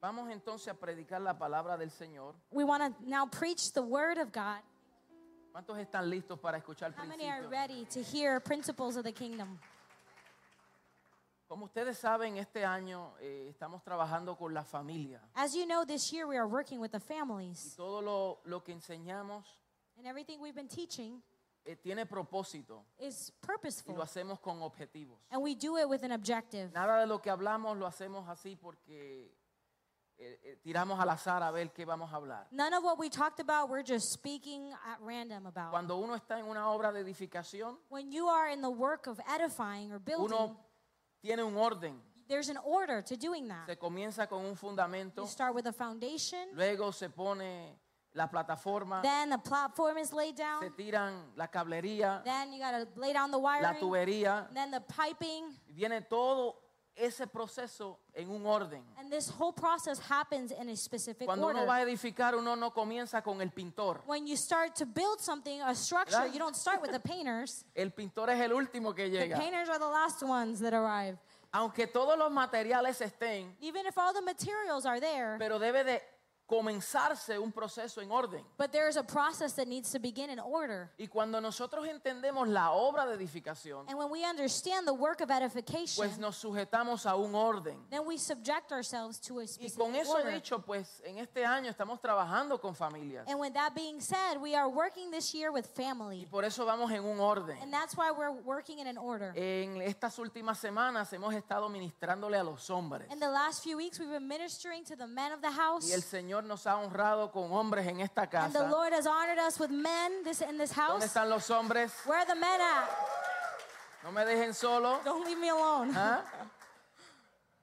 Vamos entonces a predicar la palabra del Señor. We want to now preach the word of God. ¿Cuántos están listos para escuchar How many are principios? ready to hear principles of the kingdom? Como ustedes saben, este año eh, estamos trabajando con la familia. As you know, this year we are working with the Y families, todo lo, lo que enseñamos and everything we've been teaching eh, tiene propósito is y lo purposeful, hacemos con objetivos. and we do it with an objective. Nada de lo que hablamos lo hacemos así porque eh, eh, tiramos al azar a ver qué vamos a hablar. None of what we talked about, we're just speaking at random about. Cuando uno está en una obra de edificación, When you are in the work of edifying or building, uno tiene un orden. there's an order to doing that. Se comienza con un You fundamento, start with a foundation, luego se pone la plataforma, then the platform is laid se down, tiran la cablería, then you got to lay down the la wiring, tubería, and then the piping, y viene todo ese proceso en un orden. and this whole process happens in a specific Cuando uno order. va a edificar, uno no comienza con el pintor. When you start to build something, a structure, ¿Verdad? you don't start with the painters. El pintor es el último que The llega. painters are the last ones that arrive. Aunque todos los materiales estén, Even if all the materials are there, pero debe de comenzarse un proceso en orden. but there is a process that needs to begin in order. Y cuando nosotros entendemos la obra de edificación, And when we understand the work of edification, pues nos sujetamos a un orden. then we subject ourselves to a Y specific con eso order. dicho, pues en este año estamos trabajando con familias. And with that being said, we are working this year with Y family. por eso vamos en un orden. And that's why we're working in an order. En estas últimas semanas hemos estado ministrándole a los hombres. In the last few weeks, we've been ministering to the men of the house. Y el Señor nos ha honrado con hombres en esta And the casa. Lord has honored us with men this, in this ¿Dónde house. están los hombres? Where are the men at? No me dejen solo. Don't leave me alone. ¿Ah?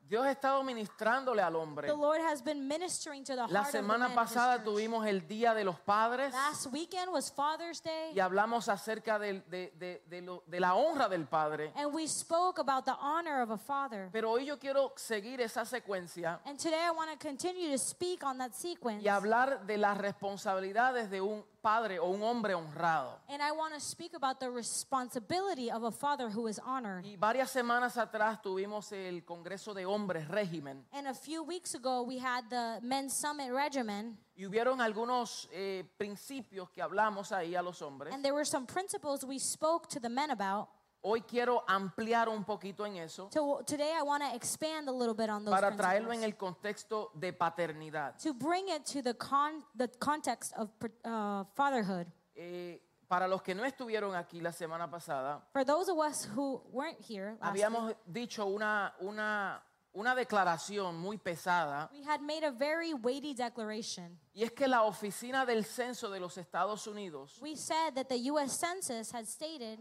Dios ha estado ministrándole al hombre. The Lord has been ministering to the La heart of the men semana of this pasada church. tuvimos el Día de los Padres Last weekend was Father's Day, y hablamos acerca del- de, de- de lo- de la honra del Padre. and we spoke about the honor of a father. Pero hoy yo quiero seguir esa secuencia And today I want to continue to speak on that sequence. y hablar de las responsabilidades de un padre o un hombre honrado. And I want to speak about the responsibility of a father who is honored. Y varias semanas atrás tuvimos el Congreso de Hombres Régimen And a few weeks ago, we had the Men's Summit Regimen, y hubieron algunos eh, principios que hablamos ahí a los hombres. and there were some principles we spoke to the men about. Hoy quiero ampliar un poquito en eso So today I want to expand a little bit on those para traerlo en principles. el contexto de paternidad. to bring it to the con the context of uh, fatherhood. Eh, para los que no estuvieron aquí la semana pasada, For those of us who weren't here last week, habíamos dicho una, una, una declaración muy pesada we had made a very weighty declaration. y es que la Oficina del Censo de los Estados Unidos We said that the U.S. Census had stated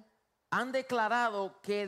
han declarado que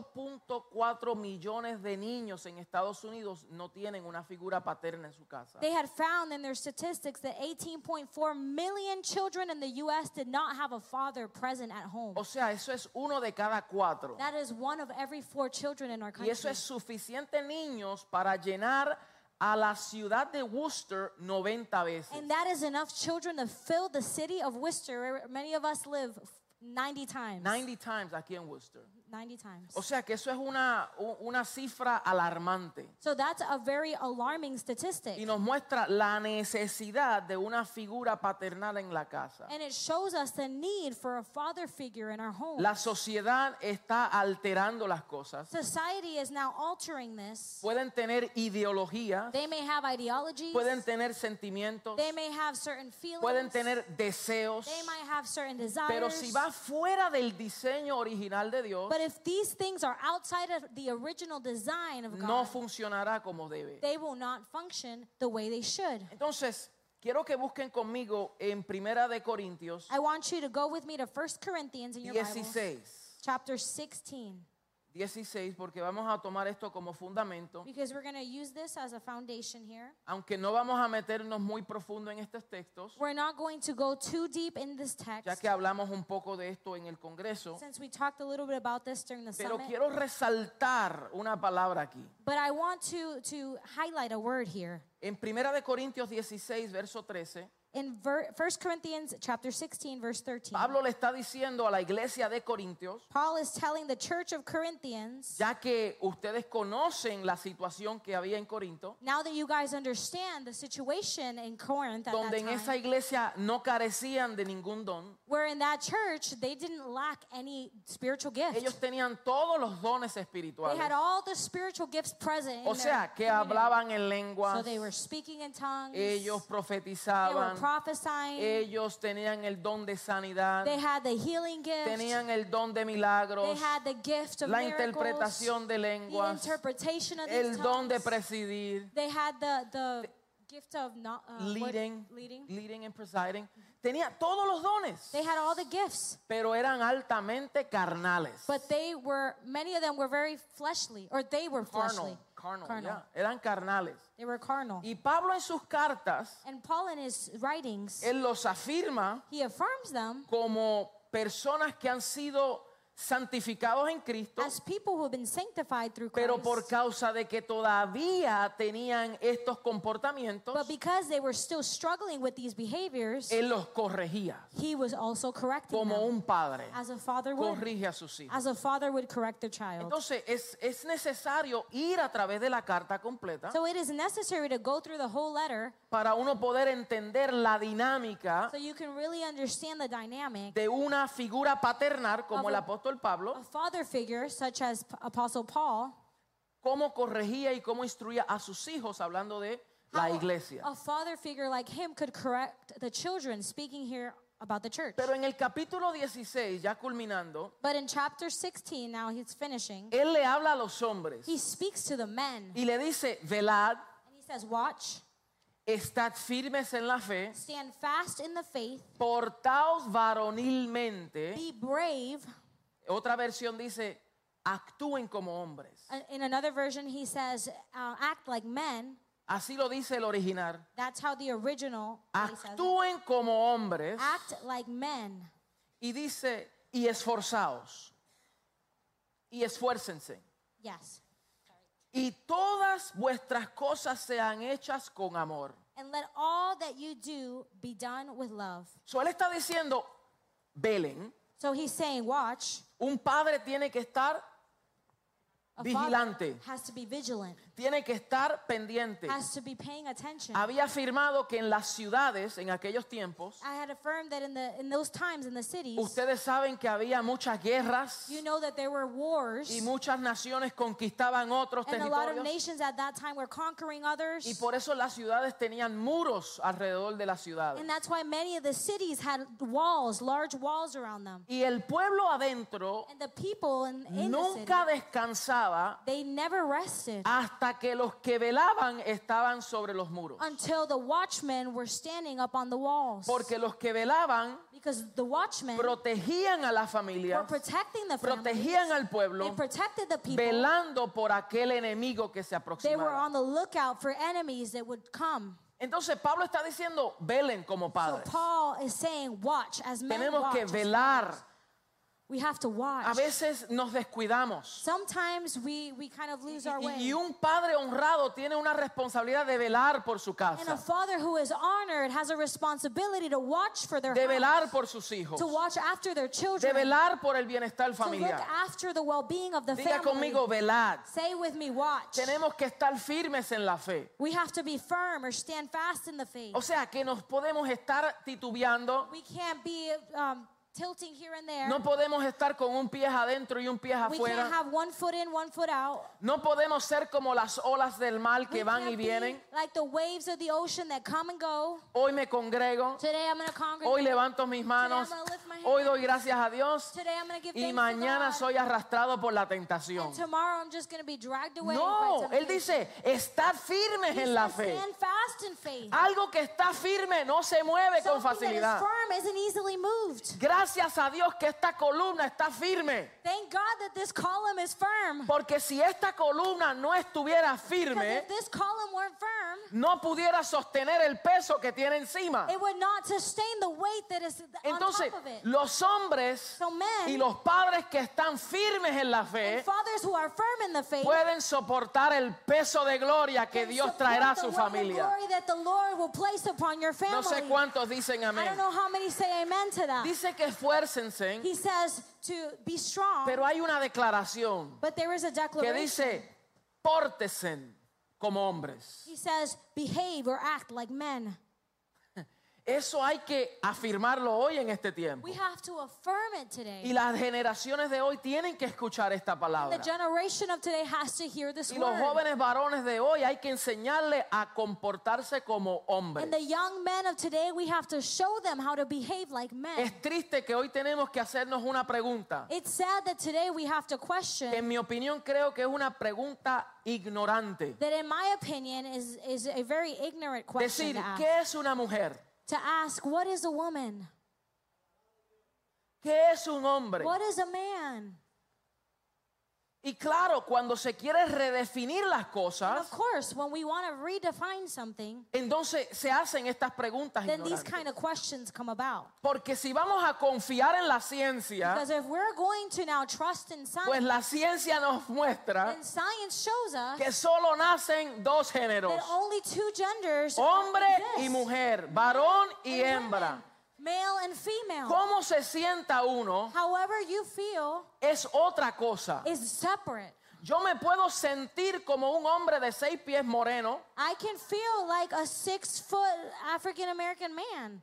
18.4 millones de niños en Estados Unidos no tienen una figura paterna en su casa. they had found in their statistics that 18.4 million children in the U.S. did not have a father present at home. O sea, eso es uno de cada cuatro. That is one of every four children in our Y eso country. es suficiente niños para llenar a la ciudad de Worcester 90 veces. And that is enough children to fill the city of Worcester, where many of us live, 90 times. 90 times aquí en Worcester. 90 times. O sea que eso es una, u- una cifra alarmante So that's a very alarming statistic. y nos muestra la necesidad de una figura paternal en la casa. and it shows us the need for a father figure in our home. La sociedad está alterando las cosas. Society is now altering this. Pueden tener ideologías, They may have ideologies. pueden tener sentimientos, They may have certain feelings. pueden tener deseos, they might have certain desires. pero si va fuera del diseño original de Dios, but if these things are outside of the original design of no God, funcionará como debe. they will not function the way they should. Entonces, quiero que busquen conmigo en Primera de Corintios I want you to go with me to 1 Corinthians in your Bible, 16. chapter 16, 16, porque vamos a tomar esto como fundamento, because we're going to use this as a foundation here. aunque no vamos a meternos muy profundo en estos textos, We're not going to go too deep in this ya text que hablamos un poco de esto en el Congreso, since we talked a little bit about this during the pero summit. quiero resaltar una palabra aquí. But I want to to highlight a word here. En Primera de Corintios 16, verso 13, In ver, 1 Corinthians chapter 16 verse 13, Pablo le está diciendo a la iglesia de Corintios, Paul is telling the church of Corinthians, ya que ustedes conocen la situación que había en Corinto, now that you guys understand the situation in Corinth at donde that en esa time, iglesia no carecían de ningún don, where in that church they didn't lack any spiritual gift. ellos tenían todos los dones they had espirituales. all the spiritual gifts present. in O their sea, que community. hablaban en so lenguas, they were speaking in tongues. ellos they were profetizaban, prophesying. ellos tenían el don de sanidad, they had the healing gift. tenían el don de they milagros, had the gift of la miracles. interpretación de the lenguas, interpretation of these el don de tongues. presidir. They had the, the gift of not, uh, what- leading, leading. leading and presiding. Tenía todos los dones, They had all the gifts, pero eran altamente carnales. but they were many of them were very fleshly, or they were fleshly, carnal, carnal, yeah, eran carnales. They were carnal. Y Pablo en sus cartas, And Paul in his writings, él los afirma he affirms them como personas que han sido santificados en Cristo, as people who have been sanctified through Christ. pero por causa de que todavía tenían estos but comportamientos, because they were still struggling with these behaviors, él los corregía he was also correcting Eh, como them un padre as a father would, corrige a sus hijos. as a father would correct their child. Entonces es, es necesario ir a través de la carta completa so it is necessary to go through the whole letter para uno poder entender la dinámica so you can really understand the dynamic de una figura paternal como el apóstol a Pablo, father figure such as P- Apostle Paul, cómo corregía y cómo instruía a sus hijos hablando de la how iglesia. a father figure like him could correct the children, speaking here about the church. Pero en el capítulo 16, ya culminando, But in chapter 16, now he's finishing, él le habla a los hombres he speaks to the men and y le dice, velad, he says, Watch, estad firmes en la fe, stand fast in the faith, portaos varonilmente. be brave. Otra versión dice, actúen como hombres. Uh, In another version, he says, uh, Act like men. Así lo dice el original. That's how the original he says it. Actúen como hombres Act like men. y dice, y esforzaos, y esfuércense, Yes. y todas vuestras cosas sean hechas con amor. And let all that you do be done with love. So, él está diciendo, velen, So he's saying, Watch. un padre tiene que estar, A father Vigilante. Has to be vigilant. tiene que estar pendiente. Has to be paying attention. Había afirmado que en las ciudades, en aquellos tiempos, I had affirmed that in the in those times in the cities, ustedes saben que había muchas guerras you know that there were wars, y muchas naciones conquistaban otros and a lot of territorios. nations at that time were conquering others, Y por eso las ciudades tenían muros alrededor de las ciudades. and that's why many of the cities had walls, large walls around them, Y el pueblo adentro and the people in, in the city, nunca descansaba they never rested hasta que los que velaban estaban sobre los muros. until the watchmen were standing up on the walls, Porque los que velaban because the watchmen protegían a las were familias, protecting the families, protegían al they pueblo, protected the people. velando por aquel enemigo que se They were aproximaba. on the lookout for enemies that would come. Entonces Pablo está diciendo, velen como So padres. Paul is saying, watch as men Tenemos watch. que as velar. fathers. We have to A watch. veces nos descuidamos. Sometimes we, we kind of lose our Y- way. Y un padre honrado tiene una responsabilidad de velar por su and a casa, father who is honored has a responsibility to watch for their de velar house, por sus hijos, to watch after their de children, velar por el bienestar to look familiar. after the well-being of the Diga family. conmigo, velad. Say with me, watch. Tenemos que estar firmes en la fe. we have to be firm or stand fast in the faith. O sea, que nos podemos estar titubeando, we can't be um, tilting here and there. no podemos estar con un pie adentro y un pie we can't afuera, have one foot in, one foot out. no podemos ser como las olas del mal We que van y can't be vienen. Like the waves of the ocean that come and go. Hoy me congrego, Today I'm going to congregate. hoy levanto mis manos, Today I'm gonna lift my hands. hoy doy gracias a Dios Today I'm going to give y thanks mañana to God. soy arrastrado por la and tentación. tomorrow I'm just going to be dragged away. No, by él dice, estar firmes temptation. He en la says, fe. Stand fast in faith. Algo que está firme no se mueve con Something facilidad. that is firm isn't easily moved. Gracias a Dios que esta columna está firme. Thank God that this column is firm. Porque si esta columna no estuviera Because firme, if this column weren't firm, no pudiera sostener el peso que tiene encima. It would not sustain the weight that is on Entonces, top of it. los hombres So men- y los padres que están firmes en la fe And fathers who are firm in the faith pueden soportar el peso de gloria que can Dios support traerá a the su weight and familia. glory that the Lord will place upon your family. No sé cuántos dicen I amén. don't know how many say amen to that. Dice que esfuércense, he says to be strong, pero hay una declaración but there is a que declaration. dice, pórtesen como hombres. he says, behave or act like men. Eso hay que afirmarlo hoy en este tiempo. We have to affirm it today. Y las generaciones de hoy tienen que escuchar esta the palabra. generation of today has to hear this Y los word. jóvenes varones de hoy hay que enseñarles a comportarse como hombres. and the young men of today, we have to show them how to behave like men. Es triste que hoy tenemos que hacernos una pregunta, It's sad that today we have to question que en mi opinión creo que es una pregunta ignorante. that, in my opinion, is, is a very ignorant question Decir, to ask. ¿qué es una mujer? To ask, what is a woman? ¿Qué es un hombre? What is a man? Y claro, cuando se quiere redefinir las And cosas, of course, when we want to redefine something, entonces se hacen estas preguntas then these kind ignorantes. of questions come about. Porque si vamos a confiar en la ciencia, Because if we're going to now trust in Ah. pues science, la ciencia nos muestra then science shows us que solo nacen dos géneros, that only two genders hombre y exist. mujer, varón y And women, hembra. Male and female. Cómo se sienta uno However you feel es otra cosa. is separate. Yo me puedo sentir como un hombre de seis pies moreno, I can feel like a six foot African American man.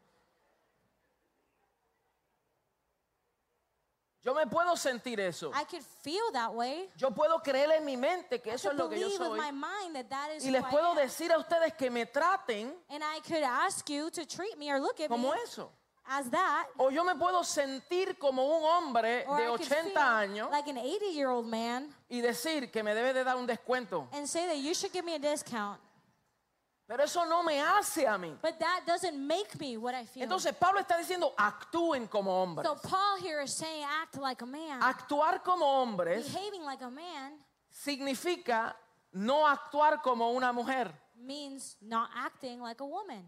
yo me puedo sentir eso. I could feel that way. Yo puedo creer en mi mente que eso I es could lo que yo believe with soy. my mind that that is Y who les I puedo am. decir a ustedes que me traten And I could ask you to treat me or look at me como eso. as that. O yo me puedo sentir como un hombre Or de I could feel 80 años like an 80 year old man y decir que me debe de dar un descuento. and say that you should give me a discount. Pero eso no me hace a mí. But that doesn't make me what I feel. Entonces Pablo está diciendo actúen como hombres. so Paul here is saying act like a man. Actuar como hombres Behaving like a man significa no actuar como una mujer. means not acting like a woman.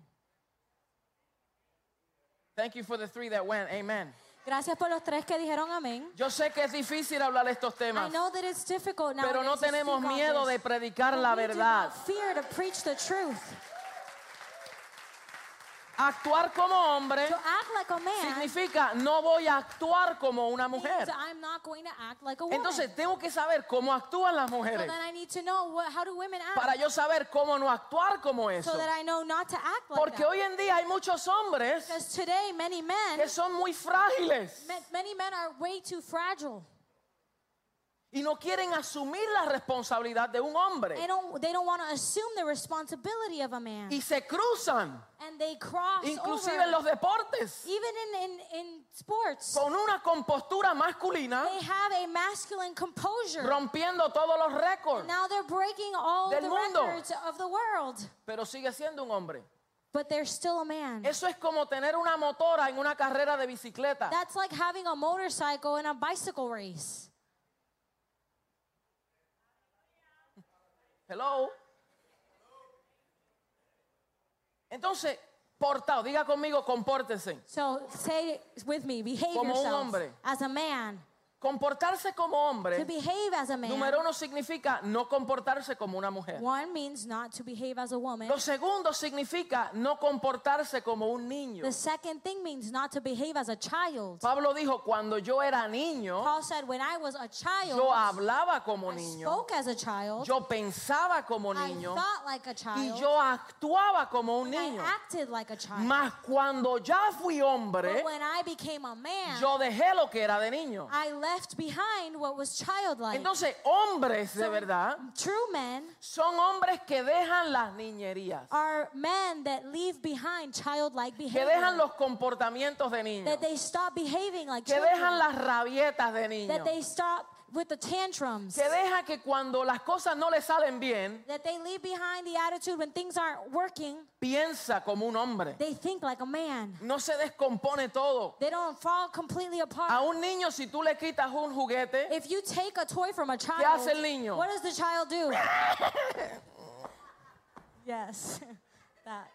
Thank you for the three that went. Amen. Gracias por los tres que dijeron amén. Yo sé que es difícil hablar estos I temas, know that it's difficult now. pero no tenemos miedo de predicar la verdad. Fear to preach the truth. Actuar como hombre To act like a man significa no voy a actuar como una mujer. means I'm not going to act like a woman. Entonces tengo que saber cómo actúan las so then mujeres I need to know what, how do women act para yo saber cómo no actuar como so eso. that I know not to act like Porque that. hoy en día hay muchos hombres because today many men, que son muy frágiles ma- many men are way too fragile. y no quieren asumir la responsabilidad de un They hombre don't they don't want to assume the responsibility of a man. y se cruzan, and they cross inclusive over. en los deportes, even in, in, in sports, con una compostura masculina, they have a masculine composure. rompiendo todos los récords, Now they're breaking all Del the mundo. records of the world, pero sigue siendo un hombre. but they're still a man. Eso es como tener una motora en una carrera de bicicleta. That's like having a motorcycle in a bicycle race. Hello. Entonces, portado, diga conmigo, compórtense. So say it with me, behave Como un yourself hombre. as a man. Comportarse como To hombre, behave as a man. número uno significa no comportarse como una mujer. One means not to behave as a woman. Lo segundo significa no comportarse como un niño. The second thing means not to behave as a child. Pablo dijo, cuando yo era niño, Paul said, when I was a child, yo hablaba como I niño, spoke as a child. yo pensaba como I niño thought like a y child. yo actuaba como un and I niño. acted like a child. Mas cuando ya fui hombre, but when I became a man, yo dejé lo que era de niño. I left behind what was childlike. Entonces, hombres de So, verdad True men son hombres que dejan las niñerías, are men that leave behind childlike que behavior. dejan los comportamientos de niños, that they stop behaving like que children. dejan las rabietas de that niños, they stop with the tantrums. que deja que cuando las cosas no le salen bien, that they leave behind the attitude when things aren't working, piensa como un hombre. they think like a man. No se descompone todo. They don't fall completely apart. A un niño, si tú le quitas un juguete, if you take a toy from a child, hace el niño? what does the child do? Yes, that.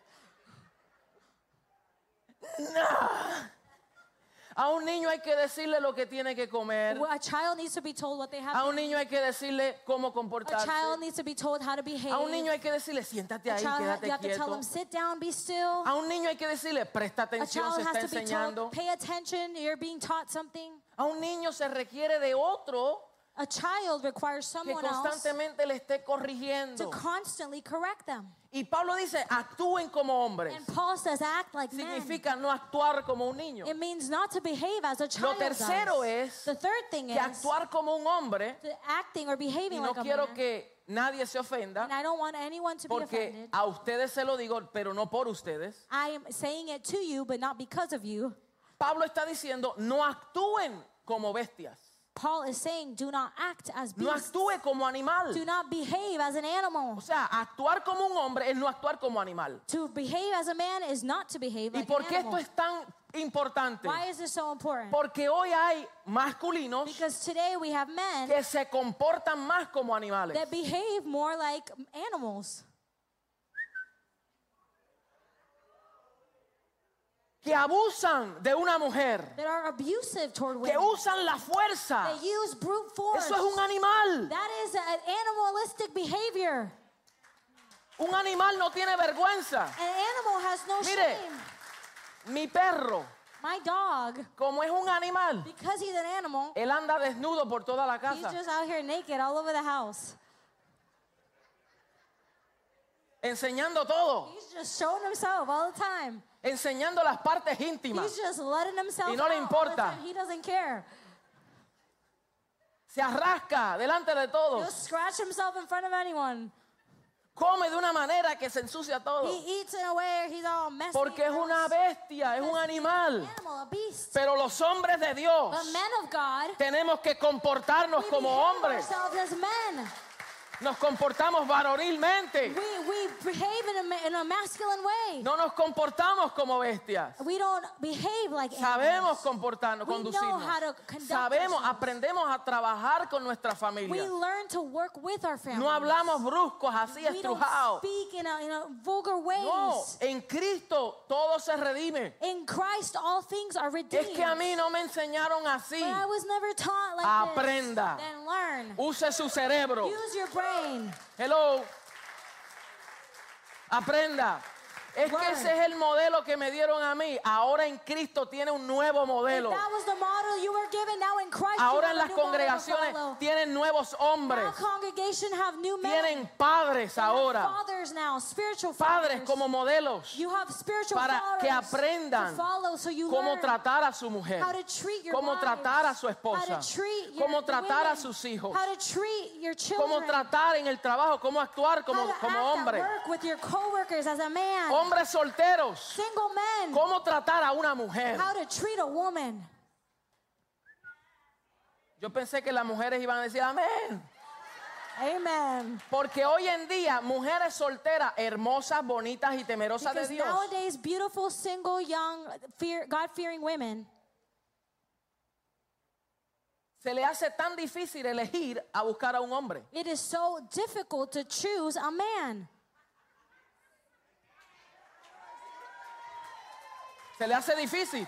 A un niño hay que decirle lo que tiene que comer. Well, a child needs to be told what they have. A to un niño hay que decirle cómo A comportarse. child needs to be told how to behave. A un niño hay que decirle siéntate a ahí, child, ha- quédate you have to tell quieto. them, sit down, be still. A un niño hay que decirle presta A atención, se child está has to be enseñando. told, pay attention, you're being taught something. A un niño se requiere de otro A child requires que someone else constantemente le esté to corrigiendo. constantly correct them. Y Pablo dice, actúen como hombres. And Paul says, act like men. Significa no actuar como un niño. It means not to behave as a Lo child tercero does. es the third thing que is actuar como un hombre, to acting or y behaving no like a quiero man. que nadie se ofenda, and I don't want anyone to be porque offended. a ustedes se lo digo, pero no por ustedes. I am saying it to you, but not because of you. Pablo está diciendo, no actúen como bestias, Paul is saying, do not act as no beasts. actúe como do animal. not behave as an O animal. sea, actuar como un hombre es no actuar como animal. To behave as a man is not to behave ¿Y like por an qué esto animal. es tan importante? Why is this so important? Porque hoy hay masculinos Because today we have men que se comportan más como animales. that behave more like animals, que abusan de una mujer, that are abusive toward que women, usan la fuerza. that use brute force. Eso es un animal. That is an animalistic behavior. Un animal no tiene vergüenza. An animal has no Mire. shame. Mi perro, My dog, como es un animal, because he's an animal, él anda desnudo por toda la he's casa. just out here naked all over the house. Enseñando todo, He's just showing himself all the time. enseñando las partes He's íntimas. just letting himself Y no le out all the importa. time. He doesn't care. Se arrasca delante de He'll todos. scratch himself in front of anyone. Come de una manera que se ensucia todo. He eats in a way he's all messy. Porque es una gross. bestia, es un animal. animal, a beast. Pero los hombres de But Dios men of God, tenemos que comportarnos we como behave hombres. ourselves as men. Nos comportamos varonilmente. We, we behave in a, ma- in a masculine way. No nos comportamos como bestias. We don't behave like Sabemos animals. comportarnos, We know how to conducirnos. conduct Sabemos, ourselves. aprendemos a trabajar con nuestra We familia. learn to work with our families. No hablamos bruscos, así we don't estrujados. speak in a, in a vulgar ways. No, en Cristo todo se redime. In Christ, all things are redeemed. Es que a mí no me enseñaron así. But I was never taught like Aprenda. this. Then learn. Use su cerebro. Use your brain. Hello. Aprenda. Es que Learn. ese es el modelo que me dieron a mí. Ahora en Cristo tiene un nuevo If modelo. that was the model you were given. Now in Christ, Ahora en you las have a new model to congregaciones follow. tienen nuevos Now hombres. congregation have new men. Tienen padres They have ahora. Fathers now, spiritual Padres fathers. como modelos you have spiritual para fathers que aprendan to follow, so you cómo learn tratar a su mujer, how to treat your cómo wives, tratar a su how esposa, to treat your cómo tratar a women, sus hijos, how to treat your children, cómo tratar en el trabajo, cómo actuar how como, to como act hombre. at work with your coworkers as a man, Hombres solteros, single men, cómo tratar a una mujer. how to treat a woman. Yo pensé que las mujeres iban a decir amén. Amen. Porque hoy en día, mujeres solteras, hermosas, bonitas y temerosas de Because Dios, nowadays, beautiful, single, young, fear, God-fearing women, se le hace tan difícil elegir a buscar a un hombre. it is so difficult to choose a man. Se le hace difícil.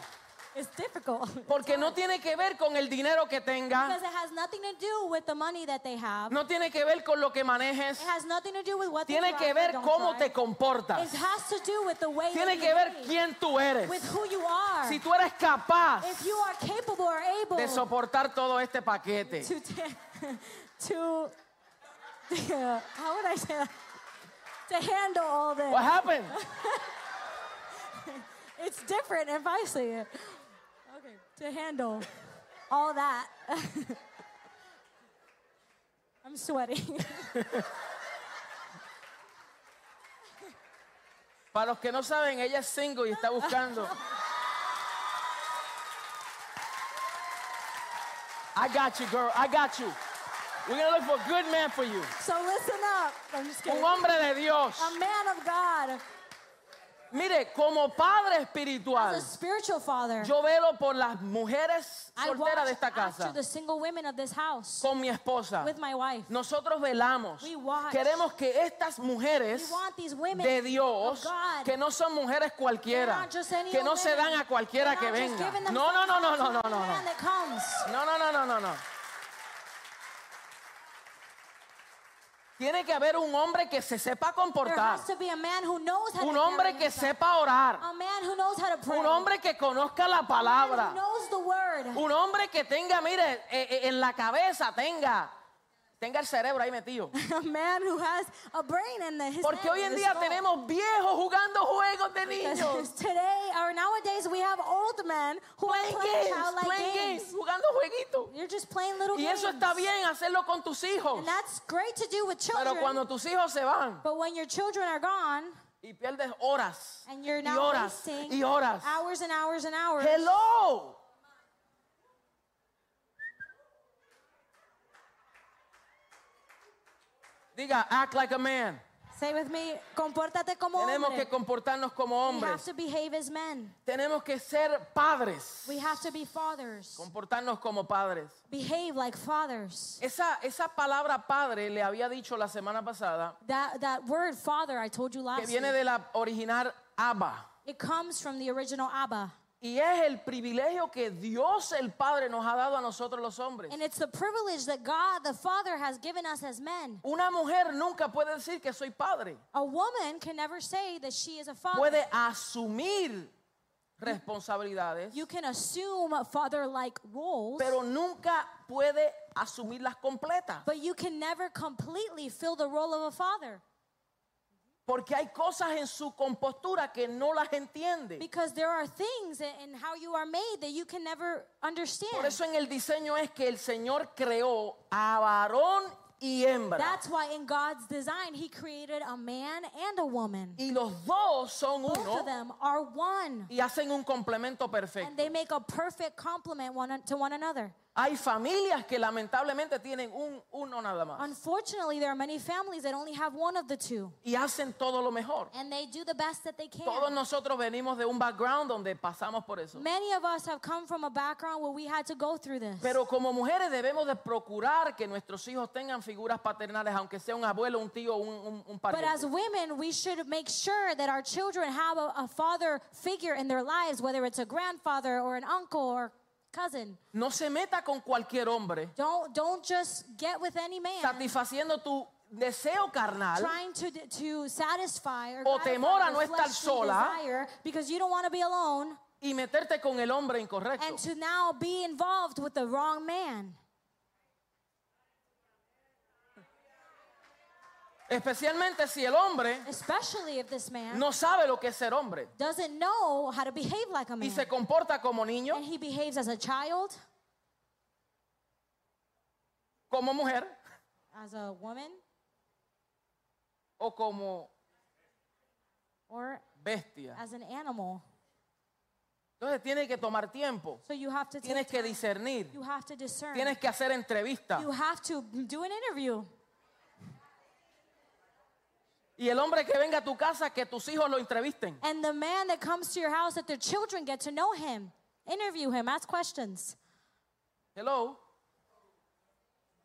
It's difficult. Porque no tiene que ver con el dinero que tenga, Because it has nothing to do with the money that they have. no tiene que ver con lo que manejes, It has nothing to do with what they tiene drive que or ver don't cómo te drive. comportas, It has to do with the way that tiene you que ver behave, quién tú eres, with who you are. si tú eres capaz if you are capable or able de soportar todo este paquete. to to how would I say that? to handle all this. What happened? It's different if I say it. Okay, to handle all that. I'm sweating. Para los que no saben, ella es single y está buscando. I got you, girl. I got you. We're gonna look for a good man for you. so listen up. I'm just kidding. Un hombre de Dios. A man of God. Mire, como padre As espiritual, a spiritual father, yo velo por las mujeres I solteras de watch esta after casa, the single women of this house con mi esposa. with my wife. Nosotros velamos. We watch. Queremos que estas We mujeres want these women de Dios, of God. que no son mujeres They're cualquiera, not just any que no old se dan women. a cualquiera They're que not just venga. giving No, no, no, no, themselves no, no, to no, the man no. that comes. No, no, no, no, no, no. Tiene que haber un hombre que se sepa There comportar, has to be a man who knows how un to hombre carry que himself. sepa orar, A man who knows how to pray. un hombre que conozca la a man palabra, who knows the word. un hombre que tenga, mire, eh, eh, en la cabeza tenga, tenga el cerebro ahí metido. a man who has a brain in the his Porque head, hoy en his día skull. tenemos viejos jugando juegos de Because niños, today or nowadays we have old men who are playing playing games, childlike playing games. games, jugando jueguitos. You're just playing little Y games. eso está bien hacerlo con tus hijos, And that's great to do with children. pero cuando tus hijos se van But when your children are gone y pierdes horas and you're y now horas wasting y horas. hours and hours and hours. Hello. Diga, act like a man. Say with me, compórtate como Tenemos que hombre. comportarnos como We have hombres. to behave as men. Tenemos que ser padres. We have to be fathers. Comportarnos como padres. Behave like fathers. Esa, esa palabra padre le había dicho la semana pasada That that word father I told you que last viene week, de la original Abba. it comes from the original Abba. Y es el privilegio que Dios el Padre nos ha dado a nosotros los hombres. And it's the privilege that God the Father has given us as men. Una mujer nunca puede decir que soy padre. A woman can never say that she is a father. puede asumir responsabilidades, you can assume father-like roles, pero nunca puede asumirlas completas. but you can never completely fill the role of a father Porque hay cosas en su compostura que no las entiende. because there are things in in how you are made that you can never understand. Por eso en el diseño es que el Señor creó a varón y hembra. That's why in God's design, He created a man and a woman. Y los dos son Both of uno them are one, y hacen un complemento and perfecto. they make a perfect complement one to one another. Hay familias que lamentablemente tienen un uno nada más Unfortunately, there are many families that only have one of the two, y hacen todo lo mejor. and they do the best that they Todos can. nosotros venimos de un background donde pasamos por eso. Many of us have come from a background where we had to go through this. Pero como mujeres debemos de procurar que nuestros hijos tengan figuras paternales, aunque sea un abuelo, un tío, un, un, un But as pariente. women, we should make sure that our children have a, a father figure in their lives, whether it's a grandfather or an uncle or cousin. No se meta con cualquier hombre, Don't don't just get with any man. satisfaciendo tu deseo carnal, trying to, to satisfy or O gratify temor a your no estar fleshly sola. desire because you don't want to be alone y meterte con el hombre incorrecto. and to now be involved with the wrong man Especialmente si el hombre especially if this man no sabe lo que es ser hombre doesn't know how to behave like a y man se comporta como niño, and he behaves as a child como mujer as a woman o como or bestia. as an animal Entonces tienes que tomar tiempo, so you have to take tienes que time. discernir, you have to discern tienes que hacer entrevistas. you have to do an interview Y el hombre que venga a tu casa, que tus hijos lo entrevisten. and the man that comes to your house that their children get to know him interview him ask questions Hello.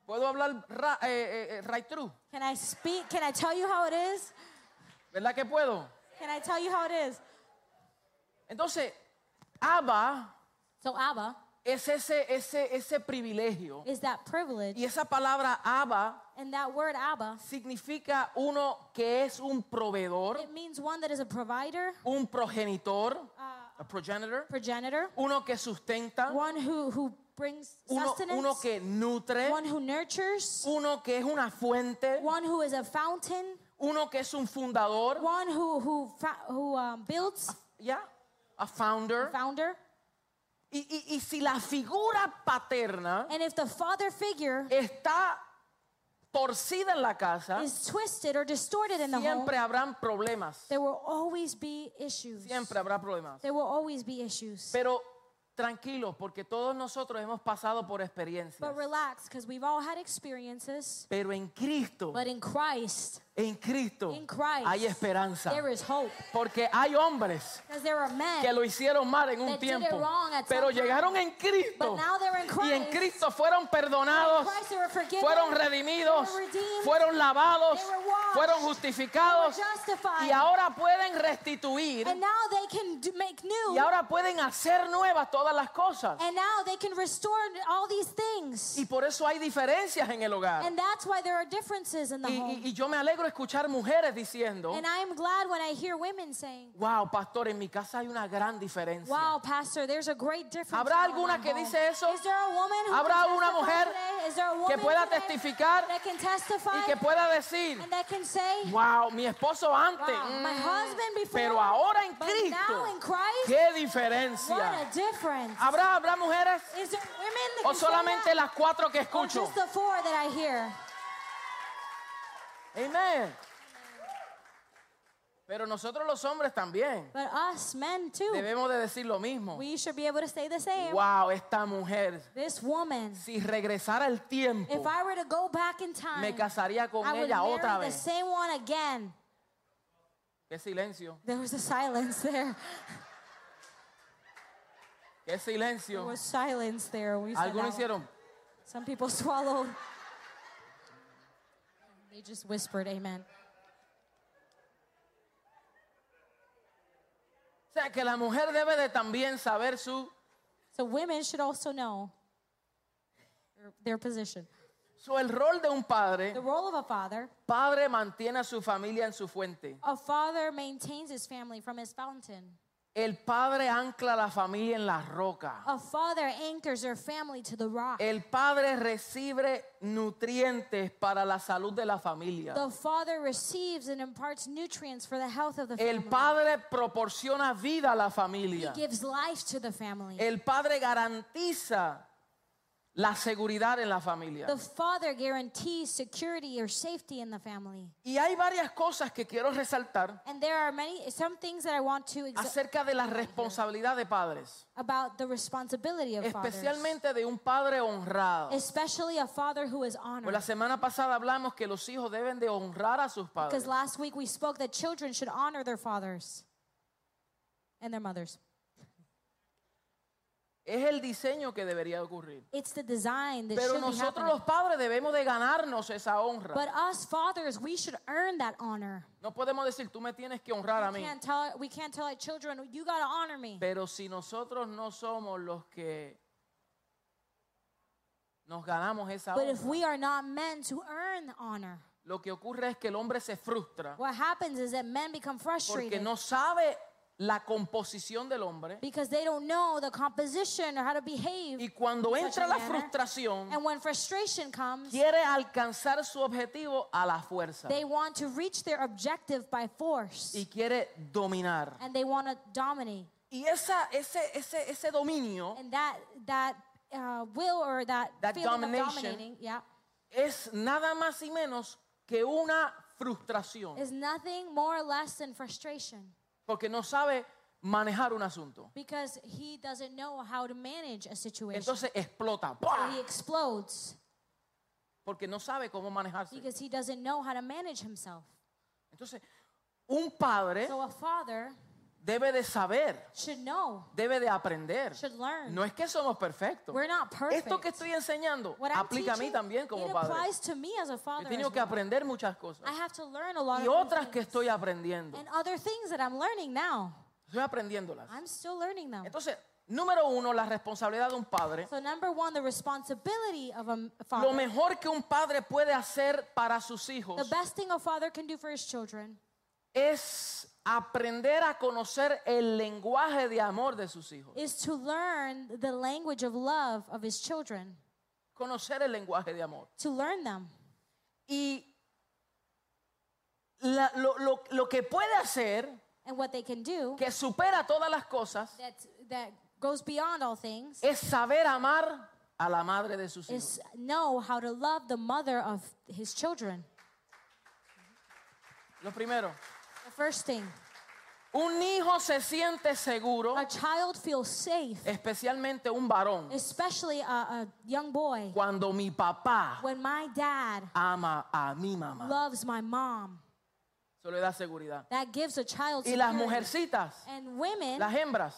Puedo hablar ra- eh, eh, eh, right through, can i speak can i tell you how it is ¿verdad que puedo? Can I tell you how it is? Entonces, Abba So Abba es ese, ese, ese privilegio. is that privilege, Y esa palabra Abba and that word Abba significa uno que es un proveedor, it means one that is a provider, uh, un progenitor, a progenitor, progenitor, uno que sustenta, one who who brings uno, sustenance, uno que nutre, one who nurtures, uno que es una fuente, one who is a fountain, uno que es un fundador, one who who fa- who um, builds, ¿ya? A founder. founder. Y, y- y si la figura paterna And if the father figure está torcida en la casa, is twisted or distorted in the home, siempre habrán problemas. there will always be issues. Siempre habrá problemas. There will always be issues. Pero tranquilos, porque todos nosotros hemos pasado por experiencias. But relax, because we've all had experiences. Pero en Cristo But in Christ, En Cristo In Christ, hay esperanza. There is hope. Porque hay hombres Because there are men. que lo hicieron mal en un That did it tiempo, wrong at some pero time. llegaron en Cristo But now they're in y en Christ. Cristo fueron In perdonados, Christ they were forgiven. fueron redimidos, They were redeemed. fueron lavados, They were washed. fueron They were justificados justified. y ahora pueden restituir and now they can do, make new. y ahora pueden hacer nuevas todas las cosas. and now they can restore all these things. Y por eso hay diferencias en el hogar. and that's why there are differences in the Y, home. y- y yo me alegro escuchar mujeres diciendo, and I'm glad when I hear women saying, wow, pastor, en mi casa hay una gran diferencia. Wow, pastor, there's a great difference. ¿Habrá in my alguna que home." dice eso? Is there a woman who ¿Habrá can alguna testify mujer today? Is there a que woman pueda today testificar that can testify Y que pueda decir, and that can say, wow, mi esposo antes, "Wow, mm, my husband before, pero ahora en but now Cristo, in Christ, qué what diferencia. a difference." ¿Habrá, habrá mujeres Is there women that o can say solamente that? las cuatro que Or escucho? just the four that I hear? Amén. Pero nosotros los hombres también But us men too, debemos de decir lo mismo. we should be able to say the same. Wow, esta mujer, This woman, si regresara el if tiempo, I were to go back in time, me casaría con I would ella marry otra the vez. same one again. Qué silencio, There was a silence there. qué There silencio. was silence there. when We said Algunos that one. hicieron, Some people swallowed. They just whispered, Amen. o sea, que la mujer debe de también saber su, So women should also know their, their position. su el rol de un padre. The role of a father Padre mantiene a su familia en su fuente. a father maintains his family from his fountain, El padre ancla a la familia en la roca. a father anchors their family to the rock. El padre recibe nutrientes para la salud de la familia. The father receives and imparts nutrients for the health of the El family. padre proporciona vida a la He familia. gives life to the family. El padre garantiza la seguridad en la familia. The father guarantees security or safety in the family. Y hay varias cosas que quiero resaltar And there are many some things that I want to exa- acerca de la responsabilidad de padres, about the responsibility of fathers, especialmente de un padre honrado. especially a father who is Pues honored. la semana pasada hablamos que los hijos deben de honrar a sus padres. Because last week we spoke that children should honor their fathers and their mothers. Es el diseño que debería de ocurrir. It's the design that Pero should be nosotros happening. los padres debemos de ganarnos esa honra. But us fathers, we should earn that honor. No podemos decir, tú me tienes que honrar a We mí. can't tell we can't tell our children, you gotta honor me. Pero si nosotros no somos los que nos ganamos esa But if honra, we are not men to earn honor, lo que ocurre es que el hombre se frustra what happens is that men become porque frustrated no sabe la composición del hombre. because they don't know the composition or how to behave. Y cuando in such entra a la manner. frustración, And when frustration comes, quiere alcanzar su objetivo a la fuerza they want to reach their objective by force y quiere dominar. and they want to dominate. Y esa, ese, ese, ese dominio And that that uh, will or that, That feeling domination of dominating, yeah, es nada más y menos que una frustración, is nothing more or less than frustration porque no sabe manejar un asunto. because he doesn't know how to manage a situation. Entonces ¡ah! explota, So ¡pua! he explodes porque no sabe cómo manejarse. because he doesn't know how to manage himself. Entonces, un padre So a father debe de saber, should know, debe de aprender. should learn. No es que somos perfectos. We're not perfect. Esto que estoy enseñando What I'm aplica a mí teaching, también como it padre. applies to me as a He father. tenido as que well. aprender muchas I cosas have to learn a lot y of new otras que things. estoy aprendiendo. and other things that I'm learning now. Estoy aprendiéndolas. I'm still learning them. Entonces, número uno, la responsabilidad de un padre. So number one, the responsibility of a m- Lo father. mejor que un padre puede hacer para sus The hijos best thing a father can do for his children es aprender a conocer el lenguaje de amor de sus hijos. is to learn the language of love of his children, Conocer el lenguaje de amor. to learn them. Y la- lo, lo- lo que puede hacer, And what they can do que supera todas las cosas, that, that goes beyond all things es saber amar a la madre de sus hijos. is know how to love the mother of his children. Lo primero, The first thing, un hijo se siente seguro, a child feels safe, especialmente un varón, especially a, a young boy, cuando mi papá when my dad ama a mi mamá. loves my mom. Eso le da seguridad. That gives a child Y las security. mujercitas, And women, las hembras,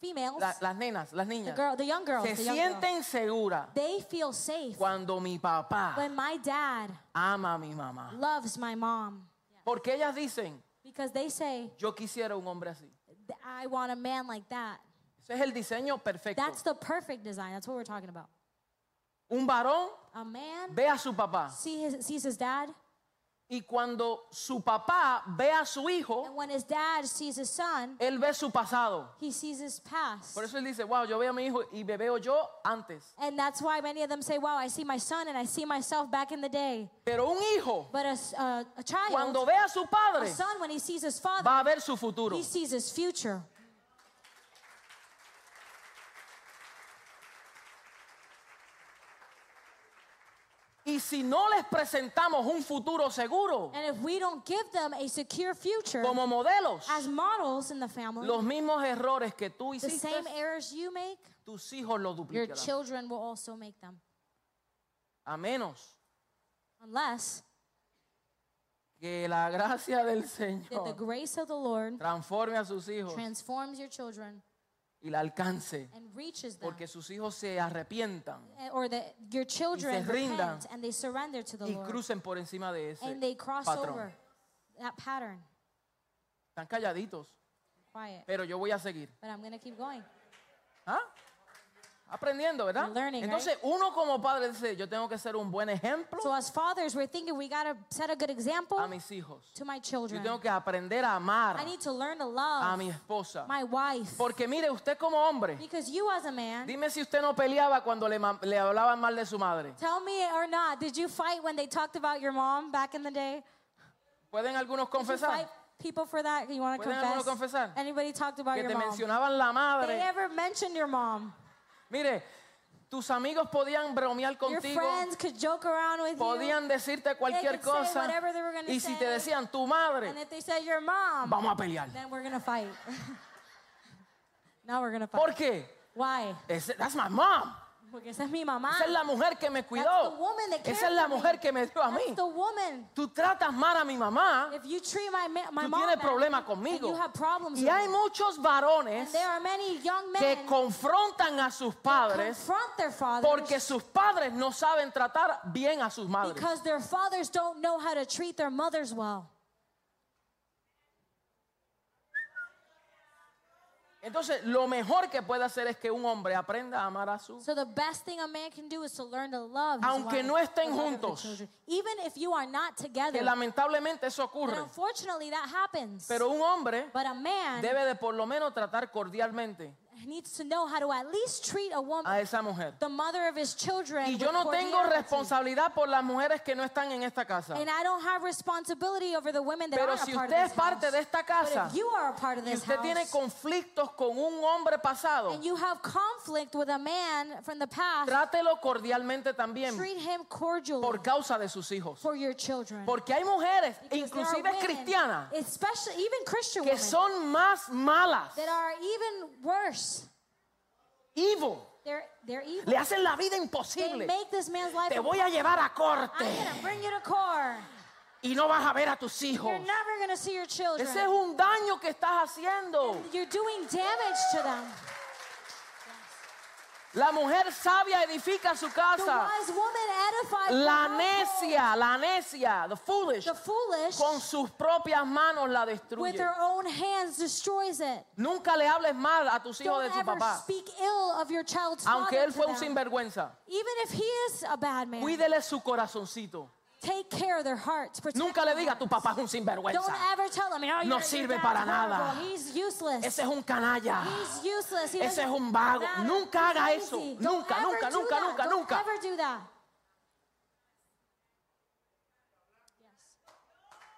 females, la- las nenas, las the, niñas, girl, the young girls, se the young girls, sienten seguras they feel safe cuando mi papá when my dad ama a mi mamá. loves my mom Porque ellas dicen, because they say, yo quisiera un hombre así. I want a man like that. Ese es el diseño perfecto. That's the perfect design. That's what we're talking about. Un varón A man ve a su papá see his, sees his dad, y cuando su papá ve a su hijo, and when his dad sees his son, él ve su pasado. he sees his past. Por eso él dice, wow, yo veo a mi hijo y me veo yo antes. And that's why many of them say, Wow, I see my son and I see myself back in the day. Pero un hijo, But a, s- a- a cuando child, ve a su a padre, son, when he sees his father, va a ver su futuro. he sees his future. Y si no les presentamos un futuro seguro And if we don't give them a secure future como modelos, as models in the family, los mismos errores que tú the same hiciste, errors you make, tus hijos lo your duplicarán. children will also make them. A menos Unless que la gracia del that the Señor grace of the Lord transforme a sus hijos transforms your children y la alcance, and reaches them. porque sus hijos se arrepientan and- or that your children rindan. repent and they surrender to the y Lord crucen por encima de ese and they cross patrón. over that pattern. Están calladitos, Quiet. pero yo voy a seguir. But I'm going to keep going. ¿Ah? Aprendiendo, ¿verdad? You're learning, Entonces, uno como padre dice, yo tengo que ser un buen ejemplo So, as fathers, we're thinking we got to set a good example a mis hijos. to my Yo children. tengo que aprender a amar I need to learn to a love mi esposa. my wife. Porque mire, usted como hombre, Because you, as a man, dime si usted no peleaba cuando le, ma- le hablaban mal de su madre. tell me or not, did you fight when they talked about your mom back in the day? ¿Pueden algunos Did you fight confesar? people for that? You want to ¿Pueden algunos confess? confesar? Anybody talked about Que your te mom? mencionaban la They madre. ever mentioned your mom. Mire, tus amigos podían bromear Your contigo, friends could joke around with you. podían decirte cualquier could say cosa. whatever they were gonna Y si te say. decían tu madre, And if they said your mom, vamos a pelear. then we're gonna fight. now we're gonna fight. ¿Por qué? Why? Ese- that's my mom. Porque esa es mi mamá. Esa es la mujer que me That's the cuidó. woman that Esa es cared la for me. mujer que me dio a That's mí. the woman. Tú tratas mal a mi mamá, If you treat my ma- my tú mom tienes bad, problemas then you conmigo. have problems. Y with hay me. muchos varones And there are many young men que confrontan a sus padres confront their fathers porque sus padres no saben tratar bien a sus madres. because their fathers don't know how to treat their mothers well. Entonces, lo mejor que puede hacer es que un hombre aprenda a amar a su So the best thing a man can do is to learn to love. his Aunque wife, no estén the mother of their juntos. children. even if you are not together. que lamentablemente eso But ocurre. unfortunately, that happens. Pero un hombre but a man debe de por lo menos tratar cordialmente needs to know how to at least treat a woman, a esa mujer. the mother of his children. Y with yo no tengo cordiality. responsabilidad por las mujeres que no están en esta casa. And I don't have responsibility over the women that Pero are si a part usted of es this parte house. de esta casa but if you are a part of y this usted house, tiene conflictos con un hombre pasado, and you have conflict with a man from the past, trátelo cordialmente también treat him cordially por causa de sus hijos. for your children. Porque hay mujeres, Because there are inclusive women, cristianas, especially even Christian que women, son más malas, that are even worse. evil, They're they're evil. le hacen la vida They imposible. make this man's life. Te voy a llevar a I'm gonna corte bring you to court. y no vas a ver a tus hijos. You're never gonna see your children. Ese es un daño que estás haciendo. You're doing damage to them. La mujer sabia edifica su The casa. wise woman edifies her La household. necia, la necia, the foolish, The foolish con sus propias manos la with destruye. her own hands destroys it. Nunca le hables mal a tus hijos Don't de tu ever papá, speak ill of your child's aunque father él to fue un them. sinvergüenza. Even if he is a bad man, Cuídele su corazoncito. take care of their hearts. Protect Nunca le their diga, tu hearts. papá es un Don't sinvergüenza. ever tell him, oh, No your- your sirve dad's para nada. horrible. He's useless. Ese es un canalla. He's useless. He Ese doesn't es un vago. matter. Nunca He's haga eso. lazy. Don't Nunca, ever nunca, do nunca, that. nunca, Don't nunca. ever do that.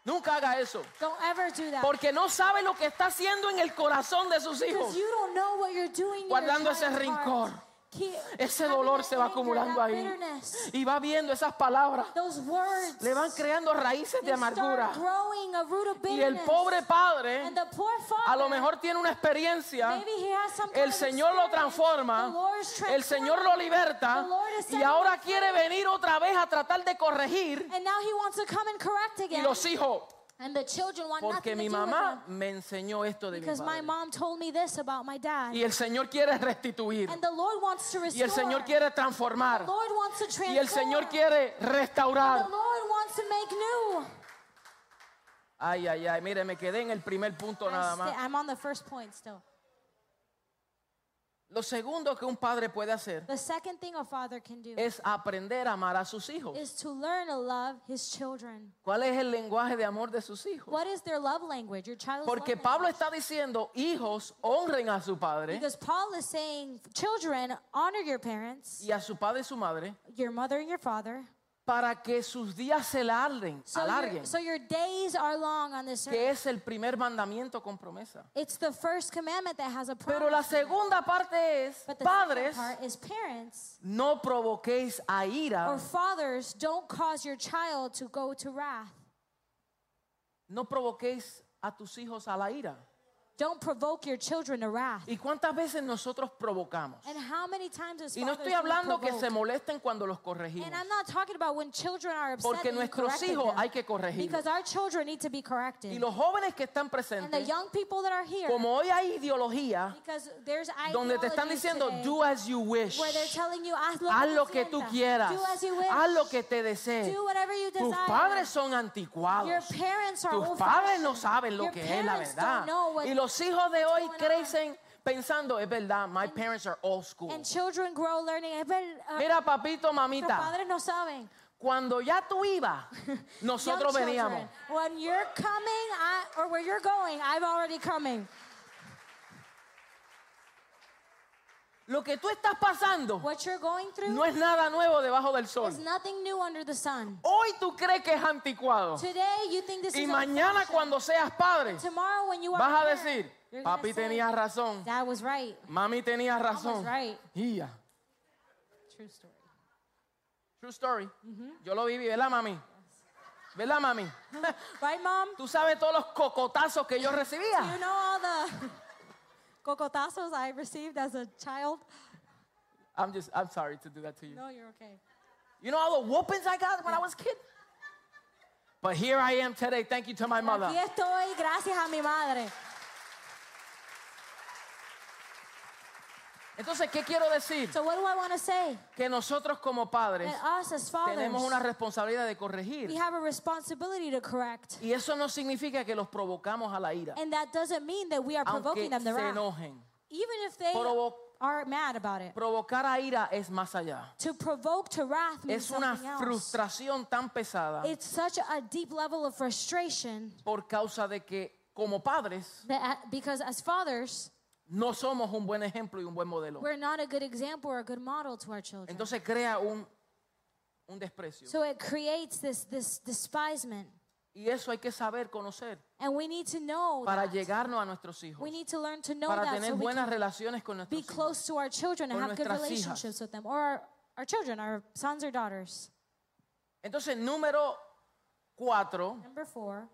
Nunca haga eso. Don't ever do that. Porque no sabe lo que está haciendo en el corazón de sus Because hijos. you don't know what you're doing. to your Guardando ese child's heart. rencor. Keep- Ese having dolor that se va anger, acumulando that ahí. bitterness, Y va viendo esas palabras. Those words. Le van creando raíces They de amargura. start growing a root of Y el bitterness. pobre padre And the poor father, a lo mejor tiene una experiencia. maybe he has some kind El of Señor lo experience. The transforma, Lord's el Señor transforming lo him. liberta The Lord is y setting ahora him free. quiere venir otra vez a tratar de corregir And now he wants to come and correct y again. los hijos, And the children want Porque nothing mi to do with mamá them. me enseñó esto de mi Because my padre. mom told me this about my dad. Y el Señor quiere restituir. And the Lord wants to Y restore. el Señor quiere transformar. The Lord wants to transform. Y el Señor quiere The restaurar. Lord wants to make new. Ay, ay, ay. Mire, me quedé en el primer punto nada I'm, sti- más. I'm on the first point still. Lo segundo que un padre puede hacer The second thing a father can do es aprender a amar a sus hijos. is to learn to love his children. ¿Cuál es el lenguaje de amor de sus hijos? What is their love language? Your child's love Porque language. Pablo ¿eh? está diciendo, hijos, honren a su padre Because Paul is saying, children, honor your parents, y a su padre y su madre your mother and your father, para que sus días se alarguen, so alarguen, your, so your days are long on this earth. que es el primer mandamiento con promesa. It's the first commandment that has a promise. Pero la in it. segunda parte es, but the padres, second part is Oh, parents no provoquéis a ira, or fathers don't cause your child to go to wrath. no provoquéis a tus hijos a la ira. Don't provoke your children to wrath. ¿Y cuántas veces nosotros provocamos? And how many times is Y no estoy hablando que se molesten cuando los corregimos, And I'm not talking about when children are upset. Porque that you nuestros corrected hijos them. hay que corregirlos. Because our children need to be corrected. y los jóvenes que están and the presentes, young people that are here, como hoy hay ideología because there's donde te están ideologies diciendo, today do as you wish, where they're telling you, haz lo, haz que lo tú que tú sientas. quieras, do as you wish, haz lo que te desees. do whatever you Tus desire. padres son Your anticuados. parents are Tus old padres fashioned. no saben lo Your que es la parents don't verdad. know what- Y los hijos de hoy going on. crecen pensando, es verdad, my parents are old school. And children grow learning. "Es ver- ah, Mira, papito, nuestros mamita, padres no saben. cuando ya tú ibas, Young nosotros veníamos. children, when you're coming, I, or where you're going, I'm already coming. Lo que tú estás pasando What you're going through no es nada nuevo debajo del sol. is nothing new under the sun. Hoy tú crees que es anticuado. Today you think this Y is mañana old-fashioned. cuando seas padre, Tomorrow when you are vas a here, decir, you're gonna papi say, tenía razón, Dad was right. mami tenía razón. right. Y ya. True story. True story. Mm-hmm. Yo lo viví, ¿verdad, mami? ¿Verdad, mami? Right, mom? Tú sabes todos los cocotazos que yo You recibía. know all the cocotazos I received as a child? I'm just, I'm sorry to do that to you. No, you're okay. You know all the whoopings I got when I was a kid? But here I am today, thank you to my mother. Aquí estoy gracias a mi madre. Entonces, ¿qué quiero decir? So what do I want to say? Que nosotros como padres That us as fathers, tenemos una responsabilidad de we corregir. have a responsibility to correct. Y eso no significa que los provocamos a la ira. And that doesn't mean that we are Aunque provoking them se to wrath. enojen. Even if they Provo- are mad about it. Provocar a ira es más allá. To provoke to wrath means Es una something else. frustración tan pesada It's such a deep level of frustration por causa de que como padres that uh, because as fathers, no somos un buen ejemplo y un buen modelo. we're not a good example or a good model to our children. Entonces crea un, un desprecio. So it creates this this despisement. Y eso hay que saber conocer And we need to know para that. llegarnos a nuestros hijos, We need to learn to know para that tener so we buenas can relaciones con nuestros be hijos. close to our children and con have good nuestras hijas. relationships with them or our, our children, our sons or daughters. Entonces, número cuatro, Number 4,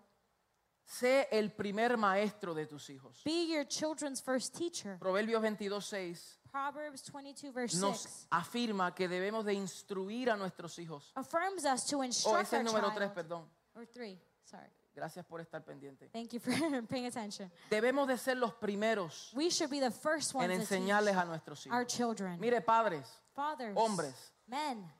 sé el primer maestro de tus hijos. be your children's first teacher. Proverbios 22, 6 Proverbs 22 verse 6 nos afirma que debemos de instruir a nuestros hijos. affirms us to O instruct ese our Oh, es número tres, child. perdón. Or 3, sorry. Gracias por estar pendiente. Thank you for paying attention. Debemos de ser los primeros We should be the first en ones to teach enseñarles a nuestros our hijos. children. Mire, padres, Fathers, hombres. men,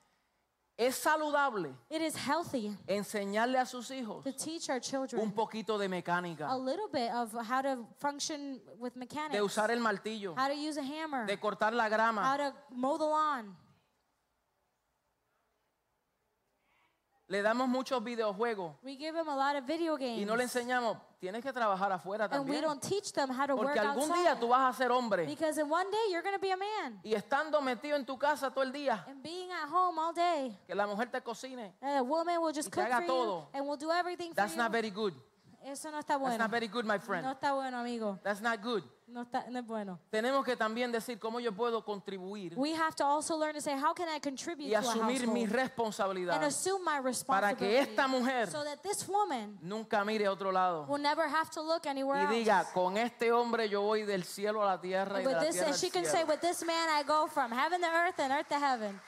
es saludable it is healthy enseñarle a sus hijos to teach our un children poquito de a mecánica, little bit of how to function with mechanics, de usar el martillo, how to use a hammer, de cortar la how grama. to mow the lawn. Le damos muchos videojuegos We give them a lot of video games, y no le enseñamos, tienes que trabajar afuera and we también. don't teach them how to work Porque algún outside. día tú vas a ser hombre Because in one day you're going to be a man, y estando metido en tu casa todo el día, and being at home all day, que la mujer te cocine, a Eh, woman will just Y te cook haga for you todo. and will do everything for that's not you. very good. Eso no está That's bueno. not very good, my No friend. está bueno, amigo. That's not good. No está, no es bueno. Tenemos que también decir cómo yo puedo contribuir We have to also learn to say, how can I contribute y to a asumir mi household and responsabilidad assume my para responsibility que esta mujer so that this woman nunca mire a otro lado will never have to look anywhere y diga, else. con este hombre yo voy del cielo a la tierra y de With la this, tierra and al she can say, cielo. with this man I go from heaven to earth and earth to heaven.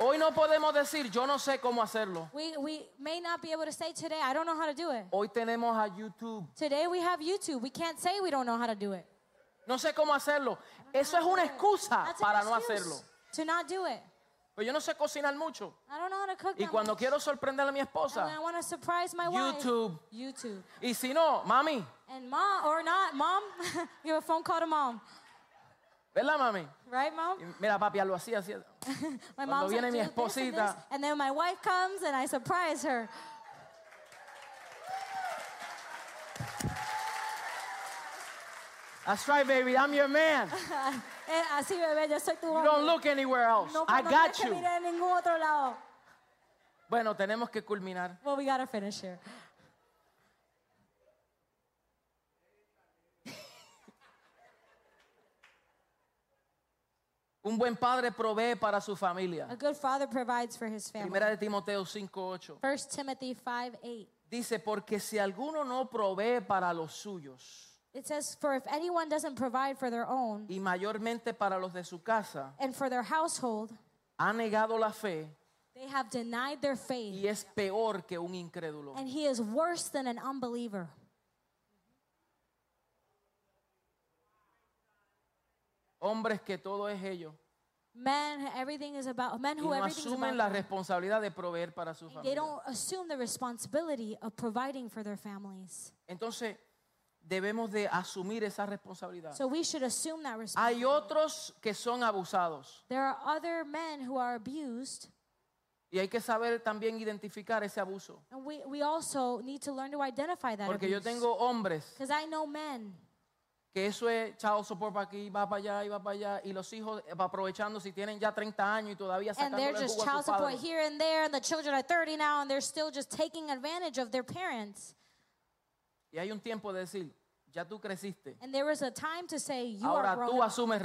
Hoy no podemos decir, yo no sé cómo hacerlo. We, we may not be able to say today, I don't know how to do it. Hoy tenemos a YouTube. Today we have YouTube. We can't say we don't know how to do it. No sé cómo hacerlo. Eso es una excusa That's an para no excuse hacerlo. To not do it. Pero yo no sé cocinar mucho. I don't know how to cook Y that cuando much. quiero sorprender a mi And when I esposa, want to surprise my YouTube. wife. YouTube. y si no, mami, And mom, or not, mom, give a phone call to mom. ¿verdad, mami? Right, mom? Y mira, papi, hazlo así, así. My Cuando mom's like, viene mi "Do this and, esposita." this." and then my wife comes and I surprise her. That's right, baby. I'm your man. Eh, Así, bebé, yo soy tu You don't hombre. look anywhere else. No, I no got tienes que you. mirar en ningún otro lado. Bueno, tenemos que culminar. Well, we gotta finish here. Un buen padre provee para su familia. A good father provides for his family. Primera de Timoteo 5:8 First Timothy 5 8. dice, porque si alguno no provee para los suyos It says, For if anyone doesn't provide for their own y mayormente para los de su casa, and for their household, ha negado la fe they have denied their faith, y es peor que un incrédulo. and he is worse than an unbeliever. Hombres que todo es ellos Men, everything is about men y who no everything's asumen about. la them. responsabilidad de proveer para su They familia. don't assume the responsibility of providing for their families. Entonces, debemos de asumir esa responsabilidad. So we should assume that responsibility. Hay otros que son abusados There are other men who are abused, y hay que saber también identificar ese abuso. and we, we also need to learn to identify that Porque yo tengo hombres Because I know men que eso es chao sopor para aquí, va para allá y va para allá y los hijos eh, aprovechando si tienen ya 30 años y todavía and sacando they're el just jugo a child sus support padres. here and there, and the children are 30 now, and they're still just taking advantage of their parents. Y hay un tiempo de decir, ya tú creciste, And there was a time to say, "You ahora are grown tú up. asumes You are an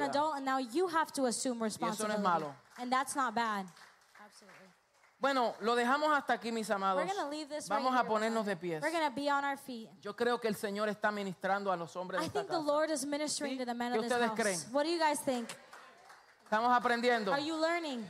responsabilidad. adult, and now you have to assume no es responsibility." malo. And that's not bad. Absolutely. Bueno, lo dejamos hasta aquí, mis amados. We're gonna leave this. Vamos right a here, Rosanna. ponernos de pies. We're gonna be on our feet. Yo creo que el Señor está ministrando a los hombres de I esta think the casa. Lord is ¿Sí? ministering to the men ¿Qué of this ustedes house. creen? What do you guys think? Estamos aprendiendo. Are you learning?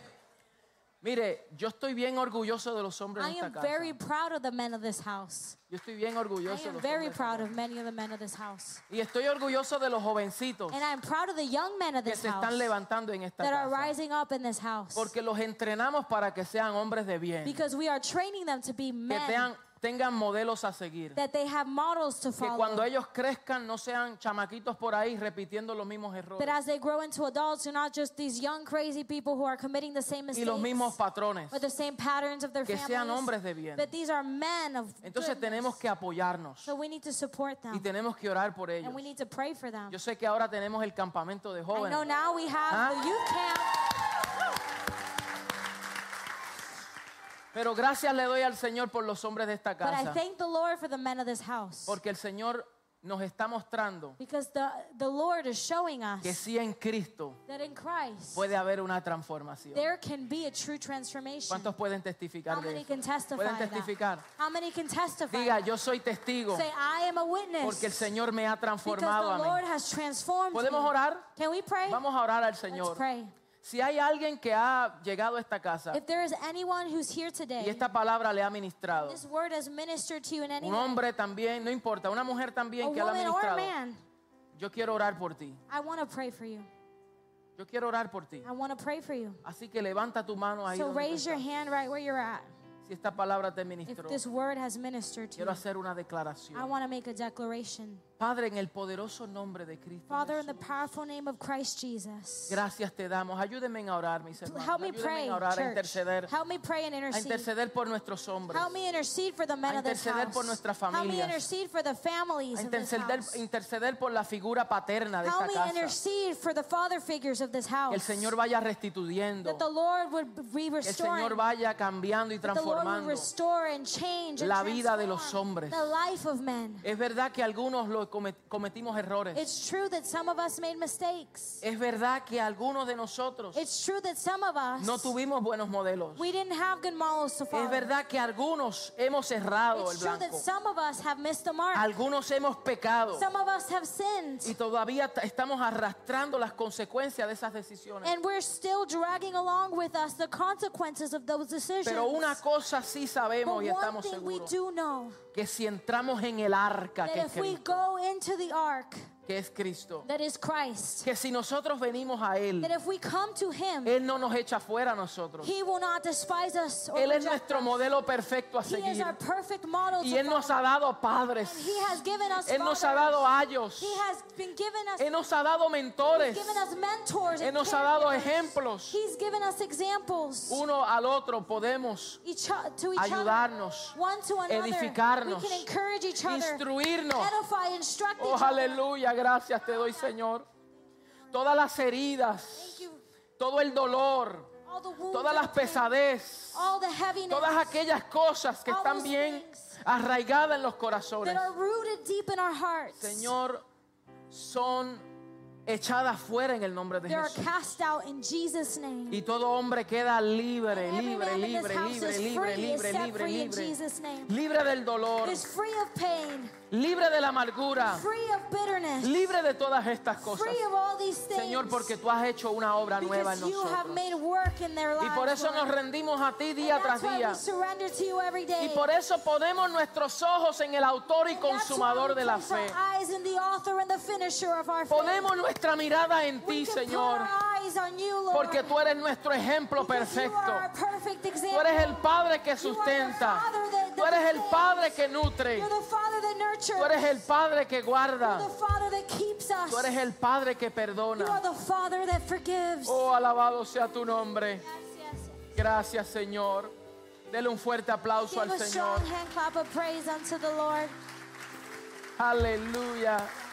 Mire, yo estoy bien orgulloso de los hombres I de esta am casa. very proud of the men of this house. Yo estoy bien I orgulloso de am los hombres. de very esta proud casa. of many of the men of this house. Y estoy orgulloso de los jovencitos And I am proud of the young men of que this se house están levantando en esta that are casa. rising up in this house. Porque los entrenamos para que sean hombres de bien, Because we are training them to be que men, tengan, tengan modelos a seguir. that they have models to Que cuando follow. ellos crezcan no sean chamaquitos por ahí repitiendo los mismos That errores as they grow into adults, they're not just these young, crazy people who are committing the same y los mismos mistakes patrones. or the same patterns of their Que sean hombres families. de bien. But these are men of Entonces goodness. tenemos que apoyarnos So we need to support y them. tenemos que orar por ellos. And we need to pray for them. Yo Ah. sé que ahora tenemos el campamento de I know jóvenes. now we have Huh? the youth camp. Pero gracias le doy al Señor por los hombres de esta But I casa. thank the Lord for the men of this house. Porque el Señor nos está mostrando Because the, the Lord is showing que us sí en Cristo that in Christ puede haber una transformación. there can be a true transformation. ¿Cuántos pueden How testificar de many eso? can testify? Pueden that? testificar. How many can testify? Diga, yo soy testigo Say, I am a witness. porque el Señor me ha because the transformado a Lord mí. has transformed ¿Podemos me. orar? Can we pray? Vamos a orar al Let's Señor. pray. Si hay alguien que ha llegado a esta casa If there is anyone who's here today, y esta palabra le ha ministrado, this word has ministered to you in any un way, hombre también, no importa, una mujer a también que la ha woman or a ministrado, man, yo quiero orar por ti. I want to pray for you. Yo quiero orar por ti. I want to pray for you. Así que levanta tu mano ahí. So donde tú raise your estás. hand right where you're at. Si esta palabra te If ministró, this word has ministered to you, quiero hacer una I declaración. want to make a declaration. Padre, en el poderoso nombre de Cristo. Father, in the Jesús, powerful name of Christ Jesus, Gracias te damos. Ayúdenme a orar, mis hermanos. help me Ayúdenme pray, a orar, a interceder. church. Help me pray and a intercede. interceder por nuestros hombres, Help me intercede for the men A of this interceder house. por nuestras Help me familias. intercede for the families a of this interceder, house. interceder por la figura paterna de Help esta me casa. intercede for the father figures of this Que el house. Señor vaya restituyendo, That the Lord would be que el restoring. Señor vaya cambiando y That the Lord would transformando. restore and change and la vida de transform los hombres. The life of men. Es verdad que algunos lo comet- cometimos errores. It's true that some of us made mistakes. Es verdad que algunos de nosotros It's true that some of us no tuvimos buenos modelos. we didn't have good morals to follow. Es verdad que algunos hemos cerrado el It's true that blanco. some of us have missed the mark. Algunos hemos pecado Some of us have sinned. y todavía t- estamos arrastrando las consecuencias de esas decisiones. And we're still dragging along with us the consequences of those decisions. Pero una cosa sí sabemos but y one estamos thing we seguros, do know que si entramos en el arca that que es if we Cristo, go into the ark que es Cristo, that is Christ, que si nosotros venimos a that Él, if we come to Him, Él no nos echa fuera a nosotros. He will not despise us or Él es reject nuestro us. modelo perfecto a He is seguir. our perfect model Y to Él nos follow. ha dado And He padres. has given us Él nos ha fathers. dado ayos. He has been given us, Él nos ha dado mentores. given us mentors. Él and nos ha dado caregivers. ejemplos. He's given us examples. Uno al otro podemos each o- to each ayudarnos, other, one to another. edificarnos, we can encourage each other, instruirnos. edify, instruct Oh, each other. aleluya, gracias te doy, Señor. Todas las heridas, Thank you. todo el dolor, All the wounds, todas las and pain, pesadez, all the heaviness todas aquellas cosas que All están those bien things arraigadas en los corazones, that are rooted deep in our hearts, Señor, son echadas fuera en el nombre de they are Jesús. cast out in Jesus' name. Y todo hombre queda libre, And every libre, man in this libre, house libre, is libre, free, is libre, set libre, free in libre. Jesus' name. Libre del dolor, Is free of pain, libre de la amargura, free of bitterness, libre de todas estas cosas. free of all these things. Señor, porque tú has hecho una obra nueva en because you have nosotros. made work in their lives. Y por eso nos Lord. rendimos a ti And día tras that's why día. we surrender to you every day. Y por eso ponemos nuestros ojos en el autor y And that's why consumador we de la place fe. our eyes in the author and the finisher of our faith. Ponemos nuestra mirada en ti, We can put Señor, our eyes on you, Lord, porque tú eres nuestro ejemplo because you are perfecto. our perfect Tú example. eres el Padre que You are the sustenta. Father that- Tú that eres el saves. Padre que nutre. You're the Father that nurtures. Tú eres el Padre que You're guarda. the Father that keeps us. Tú eres el Padre que You are perdona. the Father that forgives. Oh, alabado sea tu nombre. Yes, yes, yes. Gracias, Señor. Dele un fuerte aplauso Give al a Señor. strong hand clap of praise unto the Lord. Aleluya.